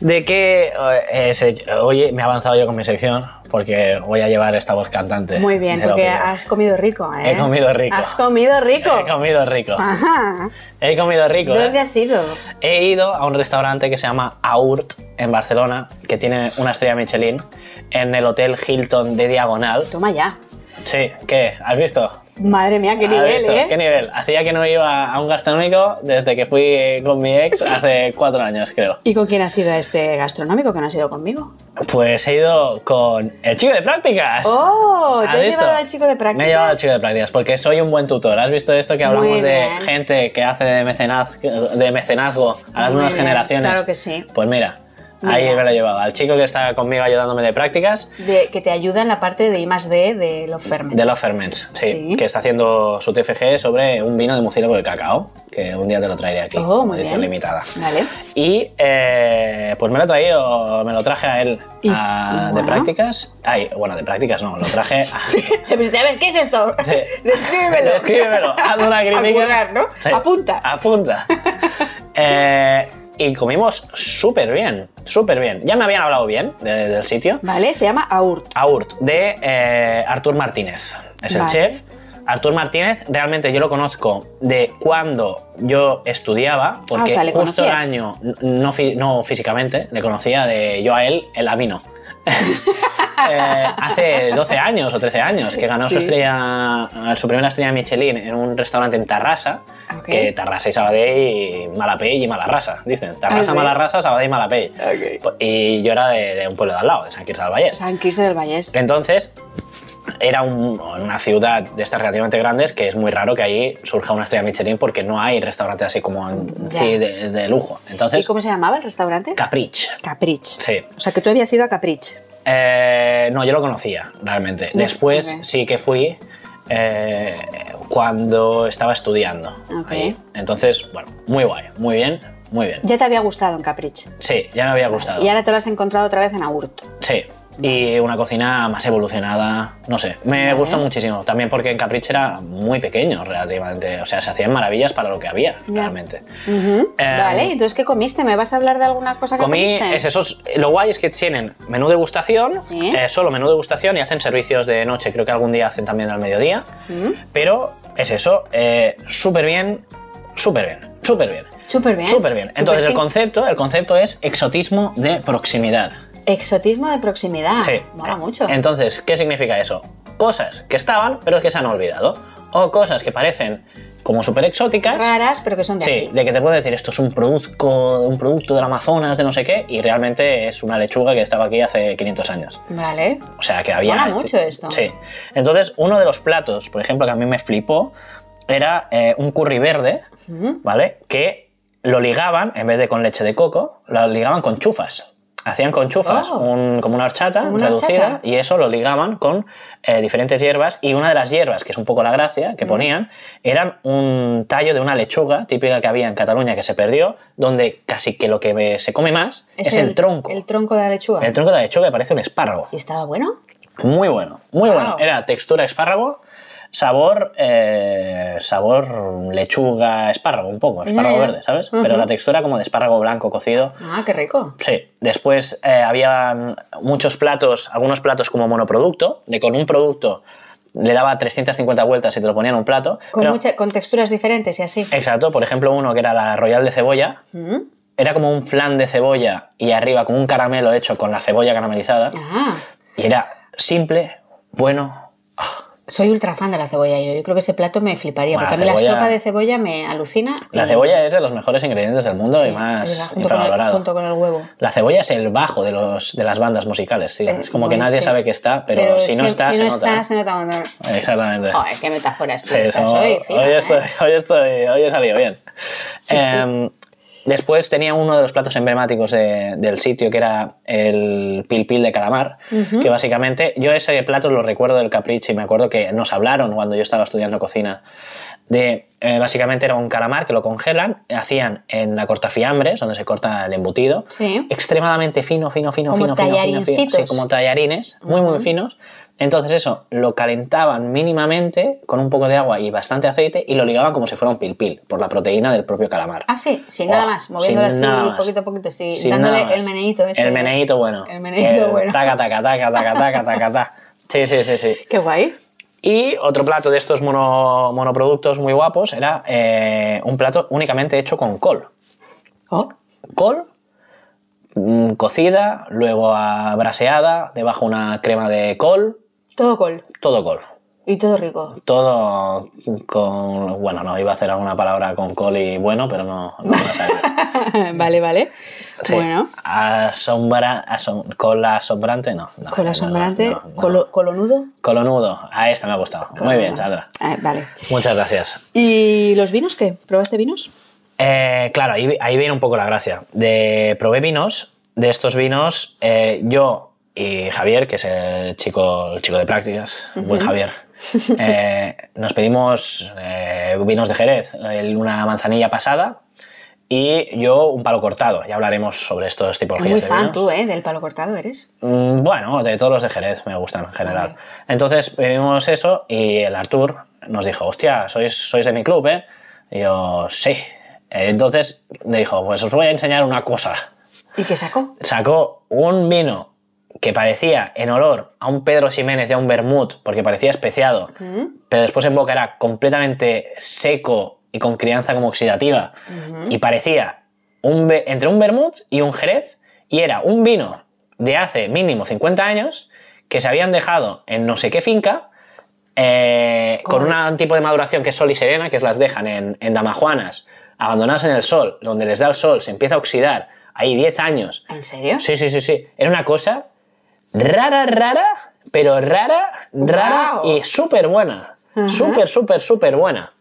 A: De que eh, se- oye, me he avanzado yo con mi sección porque voy a llevar esta voz cantante.
B: Muy bien,
A: de la
B: porque
A: opinión.
B: has comido rico, ¿eh?
A: He comido rico.
B: Has comido rico.
A: *laughs* He comido rico.
B: Ajá.
A: He comido rico.
B: ¿Dónde
A: ¿eh?
B: has ido?
A: He ido a un restaurante que se llama Aurt en Barcelona, que tiene una estrella Michelin, en el Hotel Hilton de Diagonal.
B: Toma ya.
A: Sí, ¿qué? ¿Has visto?
B: Madre mía, qué
A: ¿Has
B: nivel,
A: visto?
B: ¿eh?
A: ¿Qué nivel? Hacía que no iba a un gastronómico desde que fui con mi ex hace cuatro años, creo.
B: ¿Y con quién has ido a este gastronómico que no has
A: *laughs*
B: ido conmigo?
A: Pues he ido con el chico de prácticas.
B: ¡Oh! ¿Te has
A: visto?
B: llevado al chico de prácticas?
A: Me he llevado al chico de prácticas porque soy un buen tutor. ¿Has visto esto que
B: Muy
A: hablamos de
B: bien.
A: gente que hace de, mecenaz, de mecenazgo a las
B: Muy
A: nuevas
B: bien,
A: generaciones?
B: claro que sí.
A: Pues mira,
B: Mira.
A: ahí me lo he llevado. Al chico que está conmigo ayudándome de prácticas
B: De- que te ayuda en la parte de I más D de los ferments.
A: de los Ferments, sí,
B: Sí.
A: que está haciendo su TFG sobre un vino de murciélago de cacao, que un día te lo traeré aquí,
B: Oh,
A: como
B: muy
A: edición
B: bien.
A: limitada. *laughs*
B: Vale. *laughs*
A: Y eh, pues me lo he traído, me lo traje a él
B: Y-
A: a- de
B: bueno.
A: prácticas. Ay, bueno, de prácticas no, lo traje a,
B: *laughs* Le pusiste, Pues, a ver, ¿qué es esto?
A: Sí.
B: *laughs* Descríbemelo.
A: Descríbelo, haz una crítica.
B: A currar, ¿no?
A: Sí. Ah.
B: Apunta. *laughs*
A: Apunta. Eh, y comimos súper bien, súper bien. Ya me habían hablado bien de- del sitio.
B: Vale, se llama Aurt.
A: Aurt, de eh, Artur Martínez. Es el
B: Vale.
A: chef. Artur Martínez, realmente yo lo conozco de cuando yo estudiaba, porque
B: sea, ¿le
A: justo el
B: conocías?
A: año, no, fí- no físicamente, le conocía de yo a él, el amino. *laughs* Eh, hace 12 años o 13 años que ganó
B: Sí.
A: su estrella, su primera estrella Michelin en un restaurante en Tarrasa.
B: Ok.
A: Que Tarrasa y Sabadell, y Malapell y Malarrasa, dicen. Tarrasa,
B: sí.
A: Malarrasa, Sabadell y Malapell.
B: Ok.
A: Y yo era de, de un pueblo de al lado, de San Quirze del Vallés.
B: San Quirze del Vallés.
A: Entonces, era un- una ciudad de estas relativamente grandes que es muy raro que ahí surja una estrella Michelin porque no hay restaurantes así como en-
B: Ya.
A: sí, de, de lujo.
B: ¿Y
A: Entonces,
B: cómo se llamaba el restaurante?
A: Caprich.
B: Caprich.
A: Sí.
B: O sea, que tú habías ido a Caprich.
A: Eh, no, yo lo conocía realmente.
B: No,
A: Después
B: ok.
A: sí que fui eh, cuando estaba estudiando.
B: Ok.
A: ahí. Entonces, bueno, muy guay, muy bien, muy bien.
B: Ya te había gustado en Caprich.
A: Sí, ya me había gustado.
B: Y ahora te lo has encontrado otra vez en Aurt.
A: Sí. Y una cocina más evolucionada, no sé, me
B: Vale.
A: gustó muchísimo. También porque en Caprich era muy pequeño relativamente, o sea, se hacían maravillas para lo que había
B: Ya.
A: realmente. Eh,
B: vale, entonces ¿qué comiste? ¿Me vas a hablar de alguna cosa que
A: Comí,
B: comiste?
A: es esos, lo guay es que tienen menú degustación,
B: Sí.
A: eh, solo menú degustación y hacen servicios de noche, creo que algún día hacen también al mediodía,
B: Mm,
A: pero es eso, eh, súper bien, súper bien, súper bien,
B: Súper bien.
A: súper bien. Entonces el
B: fin.
A: concepto, el concepto es exotismo de proximidad.
B: Exotismo de proximidad.
A: Sí.
B: Ah, Mola mucho.
A: Entonces, ¿qué significa eso? Cosas que estaban, pero que se han olvidado. O cosas que parecen como súper exóticas.
B: Raras, pero que son de
A: Sí,
B: aquí.
A: de que te puedo decir, esto es un producto, un producto del Amazonas, de no sé qué, y realmente es una lechuga que estaba aquí hace 500 años.
B: Vale.
A: O sea, que había...
B: Mola mucho esto.
A: Sí. Entonces, uno de los platos, por ejemplo, que a mí me flipó, era eh, un curry verde,
B: Mm,
A: ¿vale? Que lo ligaban, en vez de con leche de coco, lo ligaban con chufas. Hacían con chufas
B: Oh.
A: un- como una horchata
B: Como una
A: reducida
B: horchata.
A: y eso lo ligaban con eh, diferentes hierbas y una de las hierbas, que es un poco la gracia,
B: Mm.
A: que ponían, eran un tallo de una lechuga típica que había en Cataluña que se perdió, donde casi que lo que se come más es, el, tronco.
B: El tronco de la lechuga.
A: El tronco de la lechuga que parece un espárrago.
B: ¿Y estaba bueno?
A: Muy bueno, muy
B: Wow.
A: bueno. Era textura espárrago, sabor, eh, sabor lechuga espárrago, un poco, espárrago
B: Ya, ya.
A: verde, ¿sabes?
B: Ujú.
A: Pero la textura como de espárrago blanco cocido.
B: Ah, qué rico.
A: Sí, después eh, habían muchos platos, algunos platos como monoproducto, de con un producto le daba 350 vueltas y te lo ponían en un plato.
B: Con,
A: pero-
B: mucha- con texturas diferentes y así.
A: Exacto, por ejemplo uno que era la royal de cebolla,
B: Mm,
A: era como un flan de cebolla y arriba como un caramelo hecho con la cebolla caramelizada.
B: Ah,
A: Y era simple, bueno,
B: soy ultra fan de la cebolla yo. Yo creo que ese plato me fliparía.
A: Bueno, la
B: porque a mí
A: cebolla-
B: la sopa de cebolla me alucina.
A: La
B: y-
A: cebolla es de los mejores ingredientes del mundo
B: Sí,
A: y más
B: es verdad, junto, con el,
A: infravalorado.
B: junto con el huevo.
A: La cebolla es el bajo de, los, de las bandas musicales, tío.
B: Eh,
A: es como que
B: bueno,
A: nadie
B: sí.
A: sabe que está, pero, si no está,
B: si
A: se
B: no
A: nota. ¿eh?
B: está, se nota cuando...
A: Exactamente.
B: Joder, qué metáforas
A: Sí,
B: tío, estás
A: somos-
B: hoy, fina, ¿eh?
A: estoy, hoy estoy, hoy he salido bien.
B: Sí, sí.
A: Em, Después tenía uno de los platos emblemáticos de- del sitio, que era el pil pil de calamar, que básicamente yo ese plato lo recuerdo del capricho y me acuerdo que nos hablaron cuando yo estaba estudiando cocina de eh, básicamente era un calamar que lo congelan, hacían en la corta fiambres, donde se corta el embutido,
B: Sí.
A: extremadamente fino, fino, fino,
B: Como
A: fino, fino, fino, fino, sí,
B: tallarincitos.
A: como tallarines, muy, muy finos. Entonces eso, lo calentaban mínimamente con un poco de agua y bastante aceite y lo ligaban como si fuera un pilpil, por la proteína del propio calamar.
B: Ah, sí, sin nada
A: Oh,
B: más, moviéndolo
A: sin
B: así,
A: nada más.
B: poquito a poquito, sí,
A: Sin nada
B: dándole
A: más.
B: el meneíto. ese.
A: El meneíto bueno.
B: El meneíto bueno.
A: Taca, taca, taca, taca, taca, taca, taca. Sí, sí, sí, sí.
B: Qué guay.
A: Y otro plato de estos mono- monoproductos muy guapos era eh, un plato únicamente hecho con col.
B: Oh,
A: col mm, cocida, luego a braseada, debajo una crema de col,
B: todo col
A: todo col.
B: y todo rico.
A: *laughs* Todo con. Bueno, no, iba a hacer alguna palabra con col y bueno, pero no, no me ha
B: *laughs*
A: salido.
B: vale, vale.
A: Sí.
B: Bueno,
A: Asombra, asom- cola asombrante, no. no,
B: col
A: no,
B: asombrante,
A: no, no.
B: colo- colonudo.
A: Colonudo, a esta me ha gustado. Muy bien, Sandra.
B: Ah, vale.
A: Muchas gracias.
B: ¿Y los vinos qué? ¿Probaste vinos?
A: Eh, claro, ahí, ahí viene un poco la gracia. De, probé vinos, de estos vinos, eh, yo y Javier, que es el chico, el chico de prácticas, el buen
B: *laughs*
A: Javier, eh, nos pedimos eh, vinos de Jerez, él una manzanilla pasada y yo un palo cortado. Ya hablaremos sobre estos tipologías
B: Muy
A: de
B: fan
A: vinos.
B: tú, ¿eh? Del palo cortado eres.
A: Mm, Bueno, de todos los de Jerez me gustan en general. Entonces vimos eso y el Artur nos dijo, hostia, sois, sois de mi club, ¿eh? Y yo, sí. Entonces me dijo, pues os voy a enseñar una cosa.
B: ¿Y qué sacó?
A: Sacó un vino que parecía en olor a un Pedro Ximénez y a un Bermud, porque parecía especiado,
B: ¿Mm?
A: pero después en boca era completamente seco y con crianza como oxidativa. Y parecía un be- entre un vermut y un jerez. Y era un vino de hace mínimo 50 años que se habían dejado en no sé qué finca. eh, con
B: Correcto.
A: un tipo de maduración que es sol y serena, que es las dejan en, en damajuanas, abandonadas en el sol, donde les da el sol, se empieza a oxidar, ahí 10 años.
B: ¿En serio?
A: Sí, sí, sí, sí. Era una cosa rara, rara, pero rara, rara
B: Guau.
A: y súper buena.
B: Ajá.
A: Súper, súper, súper buena.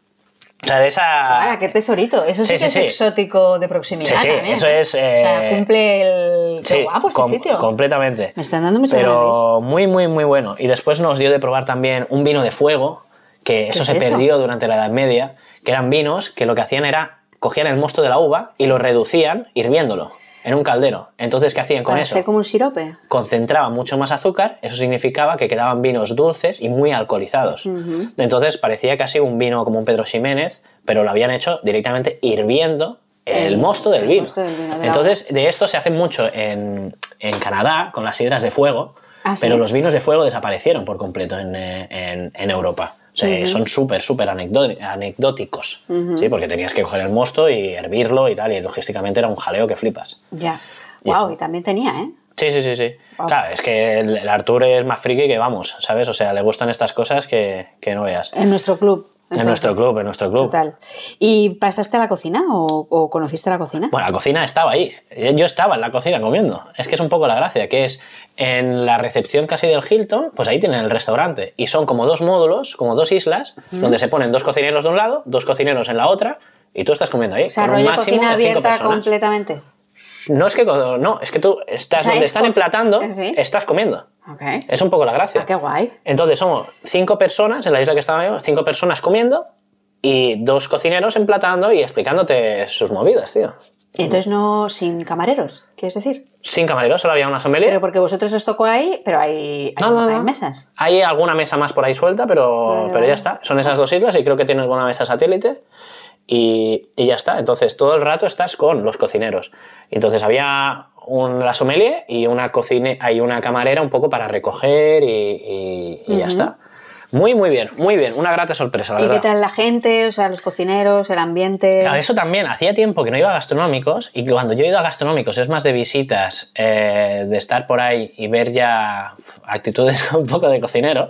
A: O sea, de esa...
B: Ahora, qué tesorito. Eso sí,
A: Sí, sí,
B: que es
A: sí.
B: exótico de proximidad.
A: Sí, sí,
B: también,
A: eso
B: ¿eh?
A: es, eh,
B: O sea, cumple el. Qué
A: sí,
B: guapo este
A: com-
B: sitio.
A: Completamente.
B: Me están dando mucho
A: Pero muy, muy, muy bueno. Y después nos dio de probar también un vino de fuego, que eso
B: es
A: se
B: eso?
A: perdió durante la Edad Media, que eran vinos que lo que hacían era cogían el mosto de la uva y lo reducían hirviéndolo en un caldero. Entonces, ¿qué hacían con
B: Para
A: eso?
B: hacer como un sirope.
A: Concentraban mucho más azúcar, eso significaba que quedaban vinos dulces y muy alcoholizados.
B: Ujú.
A: Entonces parecía casi un vino como un Pedro Ximénez, pero lo habían hecho directamente hirviendo el,
B: El-
A: mosto del
B: el
A: vino.
B: mosto del vino, de la
A: Entonces, de esto se hace mucho en, en Canadá con las sidras de fuego,
B: Ah, ¿sí?
A: pero los vinos de fuego desaparecieron por completo en, eh, en- en Europa. O sea, Son súper, súper anecdó- anecdóticos, ¿sí? porque tenías que coger el mosto y hervirlo y tal, y logísticamente era un jaleo que flipas.
B: Ya.
A: Y-
B: Wow, y también tenía, ¿eh?
A: Sí, sí, sí, sí.
B: Ah.
A: Claro, es que el, el Artur es más friki que vamos, ¿sabes? O sea, le gustan estas cosas que, que no veas.
B: En nuestro club.
A: en
B: entonces.
A: nuestro club, en nuestro club.
B: Total. ¿Y pasaste a la cocina o, o conociste la cocina?
A: Bueno, la cocina estaba ahí. Eh, Yo estaba en la cocina comiendo. Es que es un poco la gracia, que es en la recepción casi del Hilton, pues ahí tienen el restaurante. Y son como dos módulos, como dos islas, donde se ponen dos cocineros de un lado, dos cocineros en la otra, y tú estás comiendo ahí.
B: o sea,
A: con un
B: rollo
A: máximo
B: cocina
A: de cinco
B: abierta
A: personas.
B: completamente.
A: No es que co- no, es que tú estás
B: O sea,
A: donde
B: es
A: están
B: co-
A: emplatando,
B: ¿Sí?
A: estás comiendo.
B: Ok.
A: Es un poco la gracia.
B: Ah, qué guay.
A: Entonces somos cinco personas en la isla que estaba yo, cinco personas comiendo y dos cocineros emplatando y explicándote sus movidas, tío.
B: Y entonces no sin camareros, ¿quieres decir?
A: Sin camareros, solo había una sommelier.
B: Pero porque vosotros os tocó ahí, pero hay, hay,
A: No, no,
B: hay
A: no.
B: mesas.
A: Hay alguna mesa más por ahí suelta, pero,
B: Vale,
A: pero
B: vale.
A: ya está. Son esas dos islas y creo que tiene alguna mesa satélite. Y, y ya está. Entonces, todo el rato estás con los cocineros. Entonces, había un, la sommelier y una, cocine, hay una camarera un poco para recoger y, y- y ya está. Muy, muy bien, muy bien. Una grata sorpresa, la
B: ¿Y qué
A: verdad.
B: tal la gente? O sea, los cocineros, el ambiente.
A: A eso también, hacía tiempo que no iba a gastronómicos y cuando yo he ido a gastronómicos es más de visitas, eh, de estar por ahí y ver ya uf, actitudes *laughs* un poco de
B: *laughs*
A: cocinero.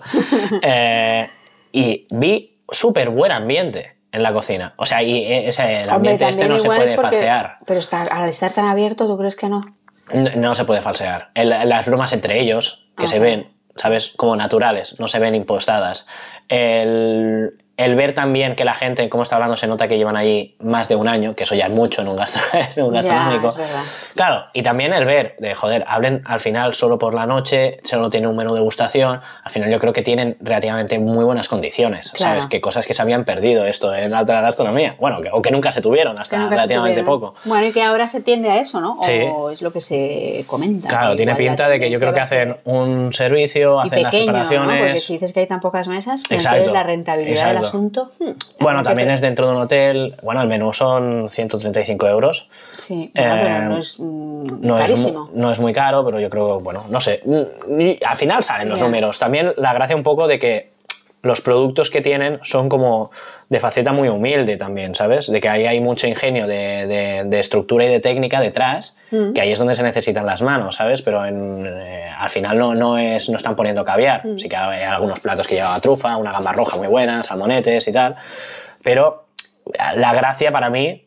A: eh, y vi súper buen ambiente en la cocina. O sea, y eh, ese, el
B: Hombre,
A: ambiente este
B: también
A: no se
B: igual
A: puede
B: es porque-
A: falsear.
B: Pero está, al estar tan abierto, ¿tú crees que no?
A: No, no se puede falsear. El- las bromas entre ellos, que se
B: Ajá.
A: ven, ¿sabes? Como naturales, no se ven impostadas. El, el ver también que la gente, como está hablando, se nota que llevan allí más de un año, que eso ya es mucho en un, gastro- *laughs* en un
B: Ya,
A: gastronómico.
B: es verdad.
A: Claro, y también el ver, de joder, hablen al final solo por la noche, solo tienen un menú de gustación, al final yo creo que tienen relativamente muy buenas condiciones,
B: Claro.
A: ¿sabes? Que cosas que se habían perdido esto en la alta gastronomía, bueno, que- o que nunca se tuvieron hasta
B: Que nunca se
A: relativamente
B: tuvieron.
A: poco.
B: Bueno, y que ahora se tiende a eso, ¿no?
A: Sí.
B: O es lo que se comenta.
A: Claro,
B: que
A: tiene
B: igual la
A: pinta de que yo creo que
B: tendencia va a
A: hacen
B: ser-
A: un servicio, hacen
B: y
A: las
B: pequeño,
A: preparaciones.
B: ¿no? Porque si dices que hay tan pocas mesas, pues
A: Exacto,
B: entonces la rentabilidad del
A: exacto.
B: asunto. hmm,
A: Bueno,
B: que-
A: también es dentro de un hotel. Bueno, el menú son 135 euros.
B: Sí, bueno,
A: eh,
B: pero no es mm,
A: No es, mu-
B: carísimo.
A: no es muy caro, pero yo creo, bueno, no sé. Mm, y al final salen los
B: Ya.
A: números. También la gracia un poco de que los productos que tienen son como de faceta muy humilde también, ¿sabes? De que ahí hay mucho ingenio de, de- de estructura y de técnica detrás,
B: Mm.
A: que ahí es donde se necesitan las manos, ¿sabes? Pero en, eh, al final no, no, es, no están poniendo caviar.
B: Mm.
A: Sí que hay algunos platos que llevaba trufa, una gamba roja muy buena, salmonetes y tal. Pero la gracia para mí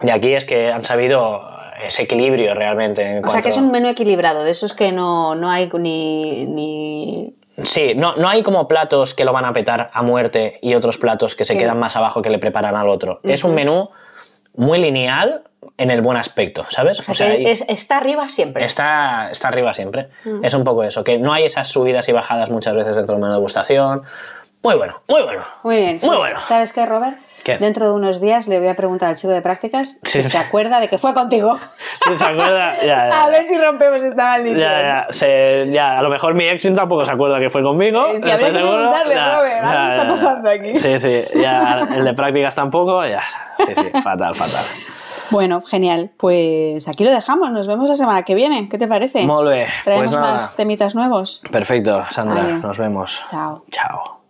A: de aquí es que han sabido ese equilibrio realmente. en
B: O sea, que es
A: cuanto-
B: un menú equilibrado, de esos que no, no hay ni, ni.
A: Sí, no, no hay como platos que lo van a petar a muerte y otros platos que se
B: Sí.
A: quedan más abajo que le preparan al otro. Es un menú muy lineal en el buen aspecto, ¿sabes?
B: O sea, que
A: hay-
B: es- Mm. está arriba siempre.
A: Está, está arriba siempre. Es un poco eso, que no hay esas subidas y bajadas muchas veces dentro del menú de gustación. Muy bueno, muy bueno.
B: Muy bien.
A: Muy
B: pues, *laughs*
A: bueno.
B: ¿Sabes qué, Robert?
A: ¿Qué?
B: Dentro de unos días le voy a preguntar al chico de prácticas
A: Sí.
B: si se acuerda de que fue
A: *laughs*
B: contigo.
A: ¿Se acuerda? Ya, ya, ya.
B: A ver si rompemos esta maldición.
A: Ya, ya, se- ya, a lo mejor mi ex tampoco se acuerda que fue conmigo.
B: Es que habría
A: ¿estás
B: que
A: seguro?
B: preguntarle,
A: Ya,
B: Robert, algo
A: ya,
B: está
A: ya,
B: pasando
A: ya.
B: aquí.
A: Sí, sí, ya, el de prácticas tampoco, ya. Sí, sí, fatal, fatal.
B: Bueno, genial. Pues aquí lo dejamos. Nos vemos la semana que viene. ¿Qué te parece?
A: Molve,
B: Traemos
A: pues nada.
B: más temitas nuevos.
A: Perfecto, Sandra,
B: Vale.
A: nos vemos.
B: Chao.
A: Chao.